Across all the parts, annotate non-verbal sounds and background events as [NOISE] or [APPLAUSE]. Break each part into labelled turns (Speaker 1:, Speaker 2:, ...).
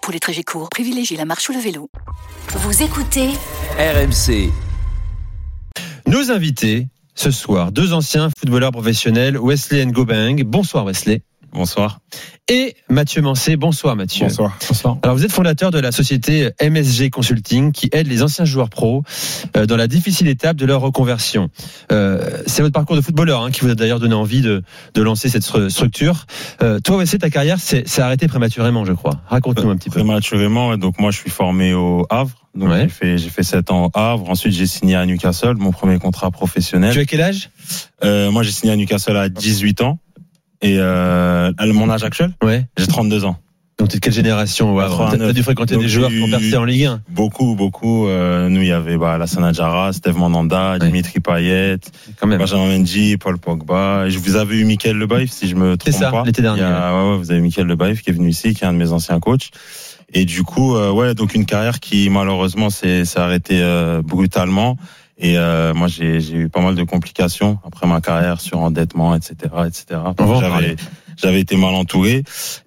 Speaker 1: Pour les trajets courts, privilégiez la marche ou le vélo.
Speaker 2: Vous écoutez
Speaker 3: RMC.
Speaker 4: Nos invités ce soir, deux anciens footballeurs professionnels, Wesley Ngobeng. Bonsoir Wesley. Bonsoir. Et Mathieu Mancé. Bonsoir Mathieu.
Speaker 5: Bonsoir.
Speaker 4: Alors vous êtes fondateur de la société MSG Consulting qui aide les anciens joueurs pro euh, dans la difficile étape de leur reconversion. Euh, C'est votre parcours de footballeur hein, qui vous a d'ailleurs donné envie de, de lancer cette stru- structure. Euh, toi Wesley, ta carrière s'est s'est arrêtée prématurément je crois. Raconte-nous un petit peu.
Speaker 5: Prématurément, ouais. donc moi je suis formé au Havre. Donc
Speaker 4: Ouais.
Speaker 5: j'ai fait j'ai fait 7 ans au Havre. Ensuite j'ai signé à Newcastle, mon premier contrat
Speaker 4: Tu
Speaker 5: professionnel.
Speaker 4: as quel âge
Speaker 5: Euh, moi j'ai signé à Newcastle à 18 ans et euh, mon âge actuel,
Speaker 4: Ouais.
Speaker 5: j'ai 32 ans.
Speaker 4: Donc t'es de quelle génération ouais, alors, T'as t'as dû fréquenter
Speaker 5: Donc, euh,
Speaker 4: des joueurs
Speaker 5: tu-
Speaker 4: qui ont percé en Ligue 1.
Speaker 5: Beaucoup beaucoup euh, nous il y avait bah Alassane Adjara, Steve Mandanda, Dimitri Payet,
Speaker 4: Quand même.
Speaker 5: Benjamin Mendy, Paul Pogba. Et je vous avez eu Michael Lebaïf, si je me
Speaker 4: C'est
Speaker 5: trompe
Speaker 4: ça,
Speaker 5: pas.
Speaker 4: l'été dernier,
Speaker 5: Il y a- ouais, ouais, vous avez Michael Lebaïf qui est venu ici, qui est un de mes anciens coachs. Et du coup, euh, ouais, donc une carrière qui malheureusement s'est s'est arrêtée euh, brutalement. Et euh, moi, j'ai j'ai eu pas mal de complications après ma carrière sur endettement, etc., etc.
Speaker 4: On va en
Speaker 5: J'avais-
Speaker 4: parler.
Speaker 5: J'avais été mal entouré.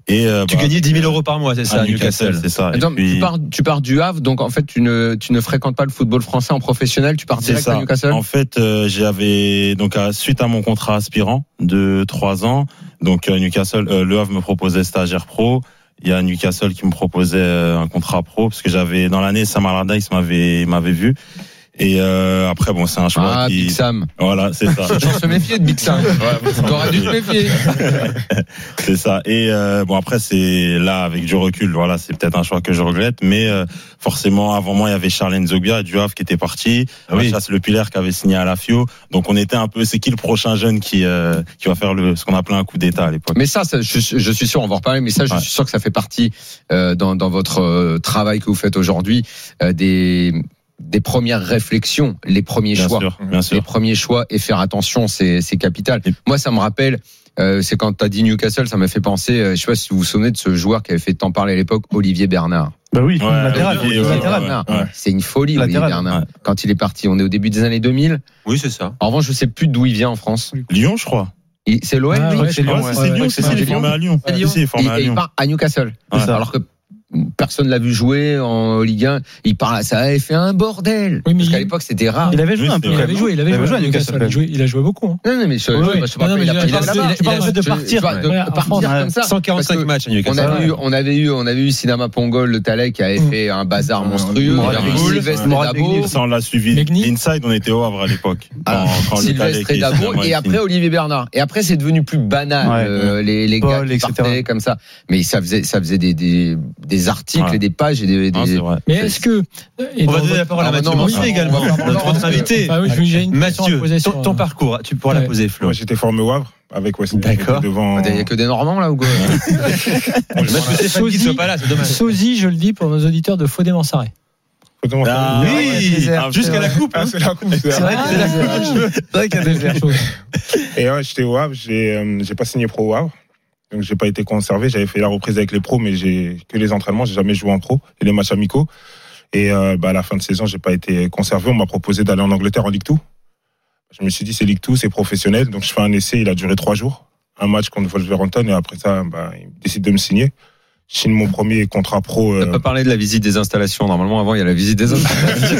Speaker 5: Et euh,
Speaker 4: Tu
Speaker 5: bah,
Speaker 4: gagnais 10 000 euros par mois, c'est ça,
Speaker 5: à
Speaker 4: à Newcastle
Speaker 5: c'est ça. Et
Speaker 6: Attends, mais
Speaker 5: puis-
Speaker 6: tu, pars, tu pars du Havre, donc en fait tu ne, tu ne fréquentes pas le football français en professionnel, tu pars
Speaker 5: C'est
Speaker 6: direct à Newcastle.
Speaker 5: En fait, euh, j'avais donc à- suite à mon contrat aspirant de trois ans, donc euh, Newcastle, euh, Le Havre me proposait stagiaire pro. Il y a Newcastle qui me proposait euh, un contrat pro parce que j'avais dans l'année Sam Allardyce m'avait m'avait vu. Et euh, après bon, c'est un choix
Speaker 6: Ah,
Speaker 5: qui
Speaker 6: Big Sam.
Speaker 5: voilà, c'est
Speaker 6: [LAUGHS]
Speaker 5: ça.
Speaker 6: On se méfier de Big Sam. T'aurais dû te méfier.
Speaker 5: [LAUGHS] c'est ça. Et euh, bon après c'est là avec du recul, voilà, c'est peut-être un choix que je regrette, mais euh, forcément avant moi il y avait Charlène Zogbia du Havre qui était parti, Chasse Le Pilaire qui avait signé à la FIO, donc on était un peu c'est qui le prochain jeune qui euh, qui va faire le ce qu'on appelait un coup d'état à l'époque.
Speaker 6: Mais ça, ça, je, je suis sûr, on va en reparler, mais ça, je
Speaker 5: Ouais.
Speaker 6: suis sûr que ça fait partie euh, dans, dans votre euh, travail que vous faites aujourd'hui euh, des, des premières réflexions, les premiers
Speaker 5: Bien
Speaker 6: choix.
Speaker 5: sûr, bien sûr.
Speaker 6: les premiers choix et faire attention, c'est c'est capital.
Speaker 5: Et-
Speaker 6: Moi, ça me rappelle, euh, c'est quand t'as dit Newcastle, ça m'a fait penser, euh, je sais pas si vous vous souvenez de ce joueur qui avait fait tant parler à l'époque, Olivier Bernard.
Speaker 7: Bah oui,
Speaker 5: Ouais,
Speaker 7: latéral.
Speaker 5: Olivier, ouais,
Speaker 6: Olivier
Speaker 5: ouais,
Speaker 6: Bernard,
Speaker 5: ouais, ouais.
Speaker 6: Ah, c'est une folie, Olivier
Speaker 7: Latéral,
Speaker 6: Bernard.
Speaker 5: ouais.
Speaker 6: Quand il est parti, on est au début des années 2000.
Speaker 5: Oui, c'est ça.
Speaker 6: En revanche, je sais plus d'où il vient en France.
Speaker 5: Lyon, je crois.
Speaker 6: Il- C'est l'OM,
Speaker 7: Ah,
Speaker 6: lui
Speaker 7: ouais, c'est
Speaker 5: Ouais,
Speaker 7: Lyon,
Speaker 5: c'est-
Speaker 7: ouais.
Speaker 5: c'est Lyon,
Speaker 7: Ouais,
Speaker 5: c'est
Speaker 7: c'est
Speaker 5: ça, il est
Speaker 6: Lyon.
Speaker 5: formé à Lyon.
Speaker 6: À
Speaker 5: Si,
Speaker 6: Lyon.
Speaker 5: si, il est formé à
Speaker 6: Et- et il
Speaker 5: Lyon.
Speaker 6: part à Newcastle.
Speaker 5: C'est ça.
Speaker 6: Alors que personne l'a vu jouer en Ligue 1. Il part à ça avait fait un bordel.
Speaker 7: Oui, mais
Speaker 6: Parce qu'à
Speaker 7: il-
Speaker 6: l'époque, c'était rare.
Speaker 7: Il avait joué
Speaker 5: Oui,
Speaker 7: un
Speaker 5: c'est
Speaker 7: peu. Il
Speaker 5: vrai.
Speaker 7: avait joué, il avait joué à Newcastle. Il a joué- Il a joué beaucoup. hein.
Speaker 6: Non, non, mais je,
Speaker 7: Ouais,
Speaker 6: je-
Speaker 7: ouais.
Speaker 6: je, parle
Speaker 7: Non, non,
Speaker 6: pas, il a
Speaker 7: mais
Speaker 6: pas-
Speaker 7: je-
Speaker 6: il a-
Speaker 7: je-
Speaker 6: il a-
Speaker 7: je
Speaker 6: il a-
Speaker 7: parle de
Speaker 6: je-
Speaker 7: partir,
Speaker 6: je parle de-
Speaker 7: ouais.
Speaker 6: de partir
Speaker 7: Ouais.
Speaker 6: comme ça.
Speaker 4: 145
Speaker 6: Parce que
Speaker 4: matchs à
Speaker 6: On
Speaker 4: Newcastle.
Speaker 6: avait, eu, on avait eu, on avait eu Sinama Pongol, le Talek qui avait
Speaker 7: Mm.
Speaker 6: fait un bazar monstrueux.
Speaker 5: Morad
Speaker 6: On avait eu
Speaker 5: Boul,
Speaker 6: Sylvestre
Speaker 5: Morad
Speaker 6: Dabo,
Speaker 5: Ça, on l'a suivi.
Speaker 7: Megni.
Speaker 5: Inside, on était au Havre à l'époque.
Speaker 6: Ah,
Speaker 5: Quand- quand Oh, le Tadek
Speaker 6: Sylvestre
Speaker 5: est-
Speaker 6: Dabo, et après Olivier Bernard. Et après, c'est devenu plus banal,
Speaker 7: Ouais.
Speaker 6: euh, les, les gars
Speaker 7: Paul,
Speaker 6: qui
Speaker 7: etc.
Speaker 6: partaient comme ça. Mais ça faisait, ça faisait des, des, des articles
Speaker 5: Ouais.
Speaker 6: et des pages et des, des-
Speaker 5: Non, c'est vrai.
Speaker 7: Mais est-ce que. et
Speaker 4: On va
Speaker 7: dans
Speaker 4: donner la
Speaker 7: votre-
Speaker 4: parole à
Speaker 6: Ah,
Speaker 4: Mathieu
Speaker 6: non,
Speaker 4: Mancé
Speaker 6: non,
Speaker 4: également,
Speaker 6: on va faire
Speaker 4: notre
Speaker 6: Laurent,
Speaker 4: autre
Speaker 6: parce que-
Speaker 4: invité.
Speaker 7: Bah oui, je- j'ai une question à
Speaker 4: Mathieu,
Speaker 7: poser sur-
Speaker 4: ton, ton parcours, tu pourras la
Speaker 7: Ouais.
Speaker 4: poser, Flo.
Speaker 8: Moi, j'étais formé au Havre avec Wesley.
Speaker 4: D'accord.
Speaker 8: J'étais
Speaker 5: Bah,
Speaker 8: Devant.
Speaker 6: Il y a que des Normands là ou quoi
Speaker 4: Moi, je suis Stéphane qui ne soit pas là, c'est dommage.
Speaker 7: Sosie, je le dis pour nos auditeurs de Faudé Mansaré.
Speaker 8: Comment ça
Speaker 5: Ah,
Speaker 4: oui,
Speaker 5: ah,
Speaker 4: jusqu'à la coupe. hein.
Speaker 8: Ah, c'est la coupe.
Speaker 7: C'est vrai qu'il y a des choses.
Speaker 8: [LAUGHS] Et ouais, j'étais au Havre. J'ai, euh, j'ai pas signé pro au Havre. Donc, j'ai pas été conservé. J'avais fait la reprise avec les pros, mais j'ai que les entraînements. J'ai jamais joué en pro et les matchs amicaux. Et euh, bah, à la fin de saison, j'ai pas été conservé. On m'a proposé d'aller en Angleterre en Ligue 2. Je me suis dit, c'est Ligue 2, c'est professionnel. Donc, je fais un essai. Il a duré trois jours. Un match contre Wolverhampton. Et après ça, bah, il décide de me signer. Je signe mon premier contrat pro.
Speaker 6: On
Speaker 8: euh,
Speaker 6: [LAUGHS] peut parler de la visite des installations. Normalement, avant, il y a la visite des installations.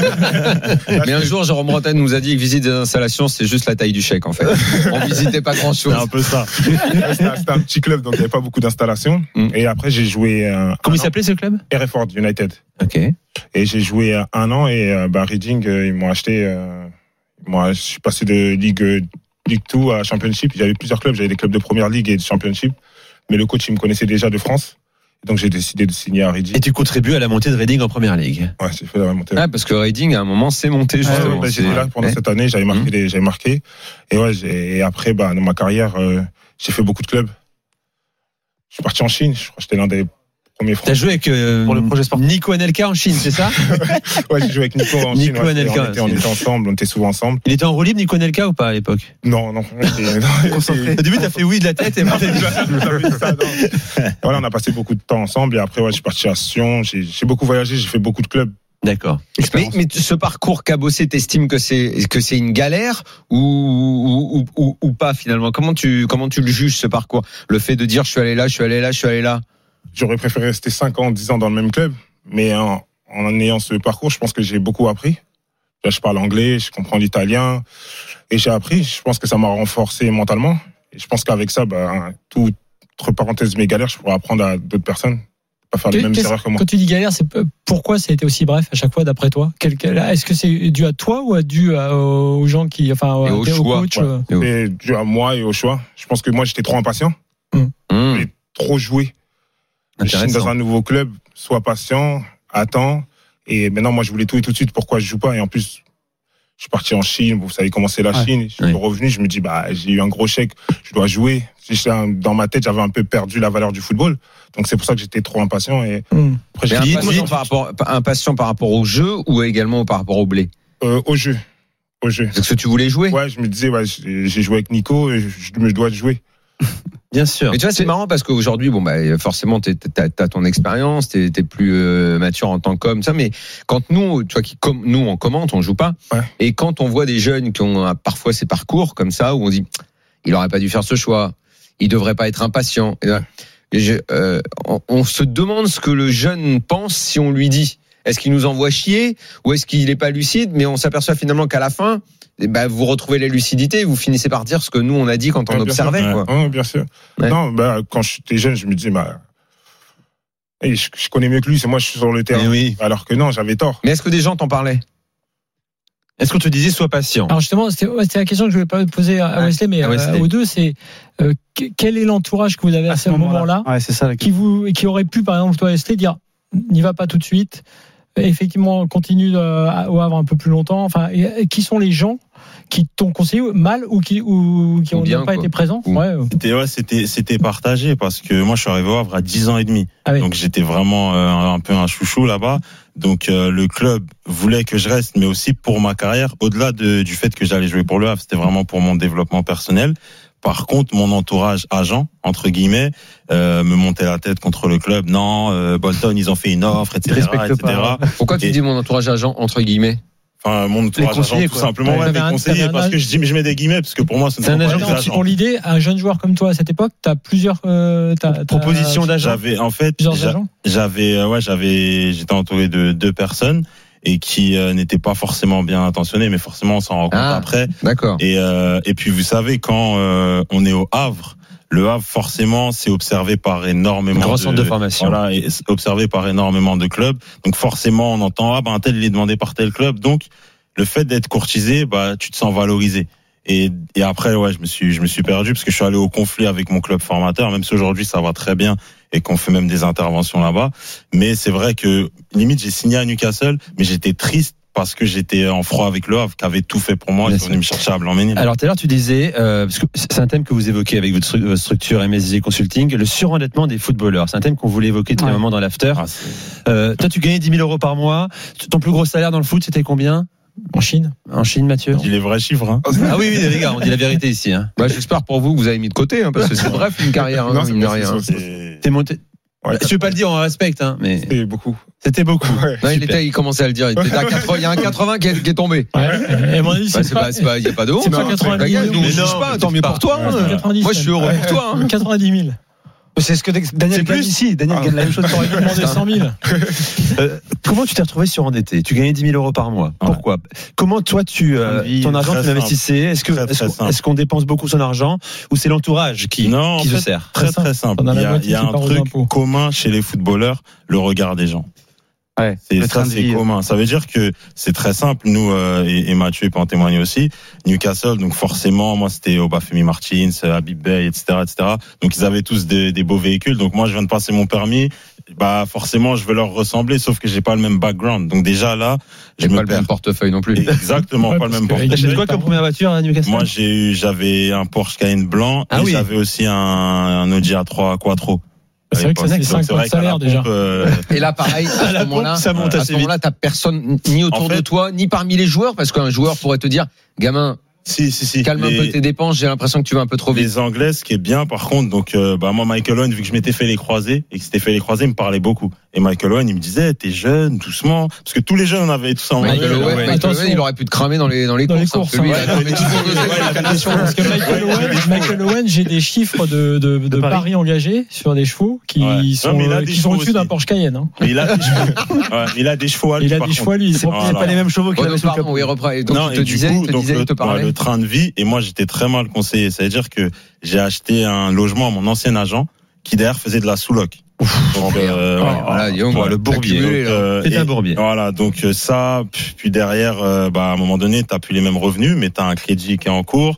Speaker 5: [LAUGHS]
Speaker 6: Mais un jour, Jérôme Bretagne nous a dit que visite des installations, c'est juste la taille du chèque,
Speaker 5: [LAUGHS]
Speaker 6: en fait. On visitait pas grand chose.
Speaker 5: C'est un peu ça.
Speaker 8: Ouais, C'était un- c'était un petit club, donc il n'y avait pas beaucoup d'installations.
Speaker 6: Mm.
Speaker 8: Et après, j'ai joué euh,
Speaker 4: Comment il s'appelait ce club
Speaker 8: Hereford United.
Speaker 6: Ok.
Speaker 8: Et j'ai joué euh, un an et euh, bah, Reading, euh, ils m'ont acheté. euh, ils m'ont- je suis passé de Ligue, euh, Ligue 2 à Championship. J'avais plusieurs clubs, j'avais des clubs de Première Ligue et de Championship. Mais le coach, il me connaissait déjà de France. Donc j'ai décidé de signer à Reading.
Speaker 4: Et tu contribues à la montée de Reading en première ligue.
Speaker 8: Ouais, j'ai fait la montée.
Speaker 6: Ah, parce que Reading, à un moment, s'est monté,
Speaker 4: Ah
Speaker 8: Ouais,
Speaker 6: justement.
Speaker 8: ouais, bah, j'étais
Speaker 6: C'est-
Speaker 8: là pendant
Speaker 6: Ouais.
Speaker 8: cette année, j'avais
Speaker 4: Mmh.
Speaker 8: marqué,
Speaker 6: Mhm.
Speaker 8: des- j'avais marqué. Et ouais, j'ai- et après, bah, dans ma carrière, euh, j'ai fait beaucoup de clubs. Je suis parti en Chine, je crois que j'étais l'un des Premier franc.
Speaker 4: T'as joué avec euh,
Speaker 9: Pour le projet sportif.
Speaker 4: Nico Anelka en Chine, c'est ça
Speaker 8: Ouais, j'ai joué avec Nico en Chine.
Speaker 4: Nico
Speaker 8: ouais,
Speaker 4: Anelka,
Speaker 8: on, était, on
Speaker 4: c'est-
Speaker 8: était ensemble, on était souvent ensemble.
Speaker 4: Il était en roue libre, Nico Anelka ou pas
Speaker 7: [LAUGHS]
Speaker 4: à l'époque
Speaker 8: Non,
Speaker 4: [LAUGHS]
Speaker 8: non. c'était- non, c'était-
Speaker 4: Au début, t'as fait oui de la tête et
Speaker 6: [LAUGHS]
Speaker 4: après, t'as dit-
Speaker 8: j'avais ça, non. [LAUGHS] Voilà, on a passé beaucoup de temps ensemble et après, ouais, je suis parti à Sion. J'ai j'ai beaucoup voyagé, j'ai fait beaucoup de clubs.
Speaker 4: D'accord.
Speaker 6: Mais, mais ce parcours cabossé, t'estimes que c'est que c'est une galère ou ou, ou, ou- ou pas finalement Comment tu comment tu le juges ce parcours Le fait de dire je suis allé là, je suis allé là, je suis allé là.
Speaker 8: J'aurais préféré rester 5 ans, 10 ans dans le même club, mais en, en ayant ce parcours, je pense que j'ai beaucoup appris. Là, je parle anglais, je comprends l'italien et j'ai appris. Je pense que ça m'a renforcé mentalement. Et je pense qu'avec ça, bah, tout, entre parenthèses, mes galères, je pourrais apprendre à d'autres personnes. Pas faire les mêmes
Speaker 7: Qu'est-ce-
Speaker 8: erreurs que moi.
Speaker 7: Quand tu dis galère, c'est peu- pourquoi ça a été aussi bref à chaque fois d'après toi Quel- quel- Est-ce que c'est dû à toi ou à dû à- aux gens qui, enfin,
Speaker 6: Et au
Speaker 7: au
Speaker 6: choix,
Speaker 7: coach
Speaker 8: ouais.
Speaker 7: euh,
Speaker 6: Mm.
Speaker 8: C'est dû à moi et au choix. Je pense que moi, j'étais trop impatient,
Speaker 6: Hum.
Speaker 8: trop joué. Je suis dans un nouveau club, sois patient, attends. Et maintenant, moi, je voulais tout et tout de suite. Pourquoi je joue pas Et en plus, je suis parti en Chine. Vous savez comment c'est la
Speaker 7: Ouais.
Speaker 8: Chine. Je suis
Speaker 4: Oui.
Speaker 8: revenu, je me dis, bah, j'ai eu un gros chèque. Je dois jouer. J'étais un- Dans ma tête, j'avais un peu perdu la valeur du football. Donc, c'est pour ça que j'étais trop impatient. Et
Speaker 7: hmm.
Speaker 6: Mais
Speaker 8: après, j'ai dit,
Speaker 6: impatient par rapport impatient par rapport au jeu ou également par rapport au blé
Speaker 8: euh, au jeu, au jeu.
Speaker 6: Parce que tu voulais jouer.
Speaker 8: Ouais, je me disais, ouais, j'ai j'ai joué avec Nico. Et je je dois jouer.
Speaker 4: Bien sûr.
Speaker 6: Mais tu vois, c'est marrant parce qu'aujourd'hui, bon, bah, forcément, t'es- t'as as ton expérience, t'es t'es plus euh, mature en tant qu'homme, ça. Mais quand nous, tu vois, qui, comme nous, on commente, on joue pas.
Speaker 8: Ouais.
Speaker 6: Et quand on voit des jeunes qui ont euh, parfois ces parcours comme ça, où on dit, il aurait pas dû faire ce choix, il devrait pas être impatient. Et là, et je- euh, on, on se demande ce que le jeune pense si on lui dit. Est-ce qu'il nous envoie chier ou est-ce qu'il n'est pas lucide Mais on s'aperçoit finalement qu'à la fin, eh ben, vous retrouvez la lucidité, vous finissez par dire ce que nous on a dit quand on
Speaker 8: Ouais, bien sûr.
Speaker 6: observait.
Speaker 5: Ouais.
Speaker 6: Quoi.
Speaker 8: Ouais, bien sûr.
Speaker 6: Ouais.
Speaker 8: Non, bah, quand j'étais jeune, je me disais, bah, hey, je, je connais mieux que lui, c'est moi, je suis sur le terrain.
Speaker 5: Eh oui.
Speaker 8: Alors que non, j'avais tort.
Speaker 6: Mais est-ce que des gens t'en parlaient
Speaker 4: Est-ce qu'on te disait sois patient
Speaker 7: Alors justement, c'était ouais, c'était la question que je voulais pas poser à- à
Speaker 9: Ouais.
Speaker 7: Wesley, mais
Speaker 4: À
Speaker 7: euh,
Speaker 4: Wesley.
Speaker 7: aux deux, c'est euh, que- quel est l'entourage que vous avez à, ce moment-là
Speaker 9: Ouais, c'est ça la
Speaker 7: qui vous qui aurait pu par exemple toi Wesley dire n'y va pas tout de suite effectivement continue euh, à- au Havre un peu plus longtemps enfin et, et qui sont les gens qui t'ont conseillé mal ou qui ou qui
Speaker 6: Ou
Speaker 7: ont-
Speaker 6: bien,
Speaker 7: n'ont pas
Speaker 6: quoi.
Speaker 7: été présents
Speaker 6: Ou-
Speaker 7: ouais euh,
Speaker 5: C'était ouais, c'était c'était partagé parce que moi je suis arrivé au Havre à 10 ans et demi.
Speaker 7: Ah oui.
Speaker 5: Donc j'étais vraiment euh, un peu un chouchou là-bas. Donc euh, le club voulait que je reste mais aussi pour ma carrière au-delà de- du fait que j'allais jouer pour le Havre, c'était vraiment pour mon développement personnel. Par contre, mon entourage agent entre guillemets euh, me montait la tête contre le club. Non, euh, Bolton, ils ont fait une offre, etc., etc.
Speaker 9: Respecte pas, hein.
Speaker 6: [LAUGHS] Pourquoi tu
Speaker 5: Et-
Speaker 6: dis mon entourage agent entre guillemets
Speaker 5: Enfin, mon entourage
Speaker 4: conseillers,
Speaker 5: agent, tout
Speaker 4: quoi.
Speaker 5: simplement,
Speaker 7: Ouais,
Speaker 5: ouais,
Speaker 7: t'avais
Speaker 5: mes
Speaker 7: un-
Speaker 5: conseillers,
Speaker 7: t'avais un
Speaker 5: parce que
Speaker 7: âge-
Speaker 5: je dis, je mets des guillemets parce que pour moi, ce ne
Speaker 4: C'est
Speaker 5: sont
Speaker 4: un
Speaker 5: pas
Speaker 4: agent
Speaker 5: des
Speaker 7: Attends,
Speaker 4: qui-
Speaker 5: agents.
Speaker 7: pour l'idée un jeune joueur comme toi à cette époque t'as plusieurs euh, t'as-
Speaker 4: Proposition
Speaker 7: t'as
Speaker 4: d'agent.
Speaker 5: J'avais en fait,
Speaker 7: plusieurs
Speaker 5: j'a-
Speaker 7: agents
Speaker 5: j'avais euh, ouais j'avais j'étais entouré de deux personnes et qui euh, n'étaient pas forcément bien intentionnées mais forcément on s'en rend compte
Speaker 6: Ah.
Speaker 5: après
Speaker 6: D'accord.
Speaker 5: et euh, et puis vous savez quand euh, on est au Havre le Havre forcément c'est observé par énormément
Speaker 4: Grand
Speaker 5: de,
Speaker 4: centre de formation.
Speaker 5: voilà et c'est observé par énormément de clubs donc forcément on entend ah ben tel il est demandé par tel club donc le fait d'être courtisé bah tu te sens valorisé et, et après ouais je me suis je me suis perdu parce que je suis allé au conflit avec mon club formateur même si aujourd'hui ça va très bien et qu'on fait même des interventions là-bas mais c'est vrai que limite j'ai signé à Newcastle mais j'étais triste parce que j'étais en froid avec le Havre qui avait tout fait pour moi
Speaker 4: Bien
Speaker 5: ils sont
Speaker 4: sûr.
Speaker 5: venus me chercher à Blanc-Ménil
Speaker 4: Alors tout à l'heure tu disais, euh, parce que c'est un thème que vous évoquez avec votre, stru- votre structure MSG Consulting, le surendettement des footballeurs. C'est un thème qu'on voulait évoquer depuis
Speaker 9: Ouais.
Speaker 4: un moment dans l'after.
Speaker 5: Ah, c'est-
Speaker 4: Euh, toi tu gagnais 10 000 euros par mois. Ton plus gros salaire dans le foot c'était combien
Speaker 7: en Chine
Speaker 4: En Chine Mathieu
Speaker 5: je dis les vrais chiffres hein.
Speaker 4: Ah oui, oui, les gars, on dit la vérité ici. Hein.
Speaker 6: Bah, J'espère pour vous que vous avez mis de côté, hein,
Speaker 4: [LAUGHS]
Speaker 6: parce que c'est bref une carrière, hein,
Speaker 8: Non, c'est
Speaker 6: mine de
Speaker 8: pas-
Speaker 6: rien.
Speaker 8: c'est-
Speaker 5: C'est-
Speaker 4: T'es monté.
Speaker 8: Ouais.
Speaker 4: Je Bah, veux pas le dire, on respecte, hein, mais
Speaker 8: C'était beaucoup. [LAUGHS]
Speaker 4: c'était beaucoup.
Speaker 8: Ouais.
Speaker 6: Non, il,
Speaker 4: Super.
Speaker 6: était, il commençait à le dire. Il,
Speaker 8: [LAUGHS]
Speaker 6: était à 80, il y a un 80 qui est, qui est tombé.
Speaker 4: Eh
Speaker 7: ouais. et
Speaker 4: ben,
Speaker 7: à mon avis
Speaker 6: Bah,
Speaker 7: c'est
Speaker 6: c'est
Speaker 7: pas
Speaker 6: pas, c'est pas- il n'y a pas de honte.
Speaker 7: c'est pas
Speaker 6: hein.
Speaker 7: 90
Speaker 6: Les gars, nous, on
Speaker 7: millions.
Speaker 6: juge
Speaker 4: non,
Speaker 6: pas, tant mieux pour toi. hein.
Speaker 7: 90,
Speaker 6: Moi, je suis heureux pour toi.
Speaker 4: [LAUGHS]
Speaker 6: hein. Ah.
Speaker 7: 90 000
Speaker 9: C'est ce que Daniel gagne ici. Daniel gagne la même chose
Speaker 7: t'aurais pu demander 100 000
Speaker 4: Euh, comment tu t'es retrouvé surendetté Tu gagnais 10 000 euros par mois. Pourquoi Comment toi, tu, euh,
Speaker 5: Fin
Speaker 6: Ah
Speaker 5: de vie,
Speaker 4: ton argent,
Speaker 5: très
Speaker 4: tu l'investissais Est-ce que
Speaker 5: Très, très
Speaker 4: est-ce qu'on-
Speaker 5: simple.
Speaker 4: est-ce qu'on dépense beaucoup son argent ou c'est l'entourage qui,
Speaker 5: Non,
Speaker 4: qui
Speaker 5: en
Speaker 4: se
Speaker 5: fait,
Speaker 4: sert
Speaker 5: très
Speaker 7: Très
Speaker 5: très simple.
Speaker 7: On a la
Speaker 5: Il y a,
Speaker 7: moitié
Speaker 5: il y a
Speaker 7: qui
Speaker 5: un
Speaker 7: part aux
Speaker 5: truc
Speaker 7: impôts.
Speaker 5: commun chez les footballeurs, le regard des gens.
Speaker 9: Ouais,
Speaker 5: C'est
Speaker 9: le train
Speaker 5: ça,
Speaker 9: de
Speaker 5: c'est
Speaker 6: euh.
Speaker 9: vie.
Speaker 5: commun. Ça veut dire que c'est très simple. Nous euh, et, et Mathieu peut en témoigner aussi. Newcastle, donc forcément, moi c'était Obafemi Martins, euh, Habib Bey, etc., etc. Donc ils avaient tous des, des beaux véhicules. Donc moi je viens de passer mon permis. Bah forcément, je veux leur ressembler, sauf que j'ai pas le même background. Donc déjà là, je
Speaker 4: euh,
Speaker 6: J'ai
Speaker 5: me
Speaker 6: pas le
Speaker 5: perds.
Speaker 6: même portefeuille non plus.
Speaker 5: Exactement,
Speaker 4: [LAUGHS]
Speaker 7: Ouais,
Speaker 5: pas le
Speaker 7: parce
Speaker 5: même
Speaker 7: que-
Speaker 5: portefeuille.
Speaker 4: T'achètes quoi comme première voiture
Speaker 7: hein,
Speaker 4: à Newcastle
Speaker 5: Moi, j'ai eu, j'avais un Porsche Cayenne blanc
Speaker 4: Ah
Speaker 5: et
Speaker 4: oui.
Speaker 5: j'avais aussi un, un Audi A3 Quattro.
Speaker 7: C'est vrai que ça, c'est 5
Speaker 5: c'est
Speaker 7: points de
Speaker 5: vrai qu'à la
Speaker 7: salaire déjà.
Speaker 5: pompe,
Speaker 7: [LAUGHS]
Speaker 5: euh,
Speaker 6: Et là, pareil,
Speaker 4: [LAUGHS]
Speaker 6: à
Speaker 4: À
Speaker 6: ce
Speaker 4: la pompe,
Speaker 6: moment-là,
Speaker 4: ça monte
Speaker 6: Ah, à
Speaker 4: assez
Speaker 6: ce moment-là, t'as personne ni autour
Speaker 5: En fait-
Speaker 6: de toi, ni parmi les joueurs, parce qu'un joueur pourrait te dire, gamin,
Speaker 5: si, si, si.
Speaker 6: calme
Speaker 5: les-
Speaker 6: un peu tes dépenses, j'ai l'impression que tu vas un peu trop vite.
Speaker 5: Les Anglais, ce qui est bien, par contre, donc, euh, bah, moi, Michael Owen, vu que je m'étais fait les croisés et que s'était fait les croisés, il me parlait beaucoup. Et Michael Owen, il me disait, t'es jeune, doucement. Parce que tous les jeunes, on avait tout ça en
Speaker 6: Michael
Speaker 5: Michael
Speaker 6: Owen,
Speaker 5: Owen.
Speaker 6: Michael
Speaker 7: Attention.
Speaker 6: Owen, il aurait pu te cramer dans les, dans les
Speaker 7: Dans les
Speaker 6: courses. hein,
Speaker 7: courses,
Speaker 6: parce que lui,
Speaker 7: hein,
Speaker 6: il a cramé tout le monde.
Speaker 7: Attention, parce que Michael Owen, Michael Owen, j'ai des chiffres de, de, de
Speaker 4: paris.
Speaker 7: paris. engagés sur des chevaux qui
Speaker 5: Ouais. Non,
Speaker 7: sont,
Speaker 5: mais il a
Speaker 7: euh,
Speaker 5: des
Speaker 7: qui sont
Speaker 5: chevaux
Speaker 7: au-dessus d'un
Speaker 5: aussi.
Speaker 7: Porsche Cayenne. hein.
Speaker 5: Mais il a des
Speaker 6: [LAUGHS]
Speaker 5: chevaux. Ouais, mais il a des chevaux à lui,
Speaker 7: Il a
Speaker 5: par
Speaker 7: des
Speaker 5: contre.
Speaker 7: chevaux à lui. C'est
Speaker 5: Voilà.
Speaker 9: C'est pas les mêmes chevaux qu'il
Speaker 6: Ouais,
Speaker 9: avait
Speaker 6: donc,
Speaker 9: sous le
Speaker 6: pardon,
Speaker 9: capot.
Speaker 6: oui, reprend. Et Donc,
Speaker 5: non,
Speaker 6: il te
Speaker 5: et du
Speaker 6: disait,
Speaker 5: coup,
Speaker 6: il te
Speaker 5: donc
Speaker 6: disait,
Speaker 5: le,
Speaker 6: il te
Speaker 5: ouais,
Speaker 6: parlait.
Speaker 5: le train de vie, et moi j'étais très mal conseillé. C'est-à-dire que j'ai acheté un logement à mon ancien agent qui derrière faisait de la sous-loc. Donc, euh,
Speaker 6: Ouais,
Speaker 5: voilà.
Speaker 6: oh, voilà, dis donc,
Speaker 5: Ouais,
Speaker 6: le bourbier.
Speaker 5: donc, euh,
Speaker 4: C'est
Speaker 5: et-
Speaker 4: un bourbier.
Speaker 5: Voilà, donc euh, ça, puis puis derrière, euh, bah, à un moment donné, t'as plus les mêmes revenus, mais t'as un crédit qui est en cours.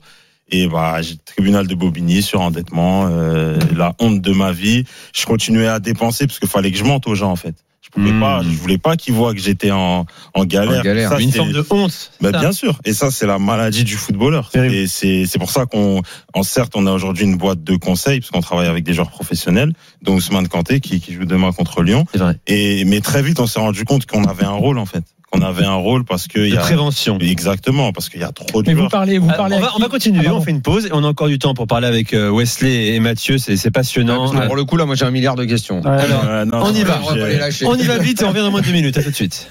Speaker 5: Et bah, j'ai le tribunal de Bobigny sur endettement, euh, la honte de ma vie. Je continuais à dépenser parce qu'il fallait que je mente aux gens en fait. Je pouvais
Speaker 4: Mmh.
Speaker 5: pas, je voulais pas qu'ils voient que j'étais en, en galère.
Speaker 6: Hmm. En galère.
Speaker 5: Ça,
Speaker 4: Une
Speaker 5: c'est-
Speaker 4: forme de honte.
Speaker 5: bah,
Speaker 4: ça.
Speaker 5: bien sûr. Et ça, c'est la maladie du footballeur.
Speaker 4: Terrible.
Speaker 5: Et c'est, c'est pour ça qu'on, en certes, on a aujourd'hui une boîte de conseils, parce qu'on travaille avec des joueurs professionnels, dont Ousmane Kanté, qui, qui joue demain contre Lyon.
Speaker 4: C'est vrai.
Speaker 5: Et, mais très vite, on s'est rendu compte qu'on avait un rôle, en fait. Qu'on avait un rôle parce que il
Speaker 4: De
Speaker 5: y a,
Speaker 4: prévention.
Speaker 5: exactement, parce qu'il y a trop de
Speaker 7: Mais vous
Speaker 5: joueurs.
Speaker 7: parlez, vous
Speaker 4: Alors,
Speaker 7: parlez.
Speaker 4: on,
Speaker 7: à
Speaker 4: va,
Speaker 7: qui
Speaker 4: on va continuer,
Speaker 7: Ah,
Speaker 4: on
Speaker 7: pardon.
Speaker 4: fait une pause et on a encore du temps pour parler avec euh, Wesley et Mathieu, c'est c'est passionnant.
Speaker 6: Parce que Pour le coup, là, moi, j'ai un milliard de questions.
Speaker 7: Ouais.
Speaker 4: Alors,
Speaker 5: Euh, non,
Speaker 4: on y
Speaker 5: j'ai-
Speaker 4: Ah, va.
Speaker 6: On va pas les lâcher.
Speaker 4: on y va vite et on revient dans moins de deux minutes, à tout de suite.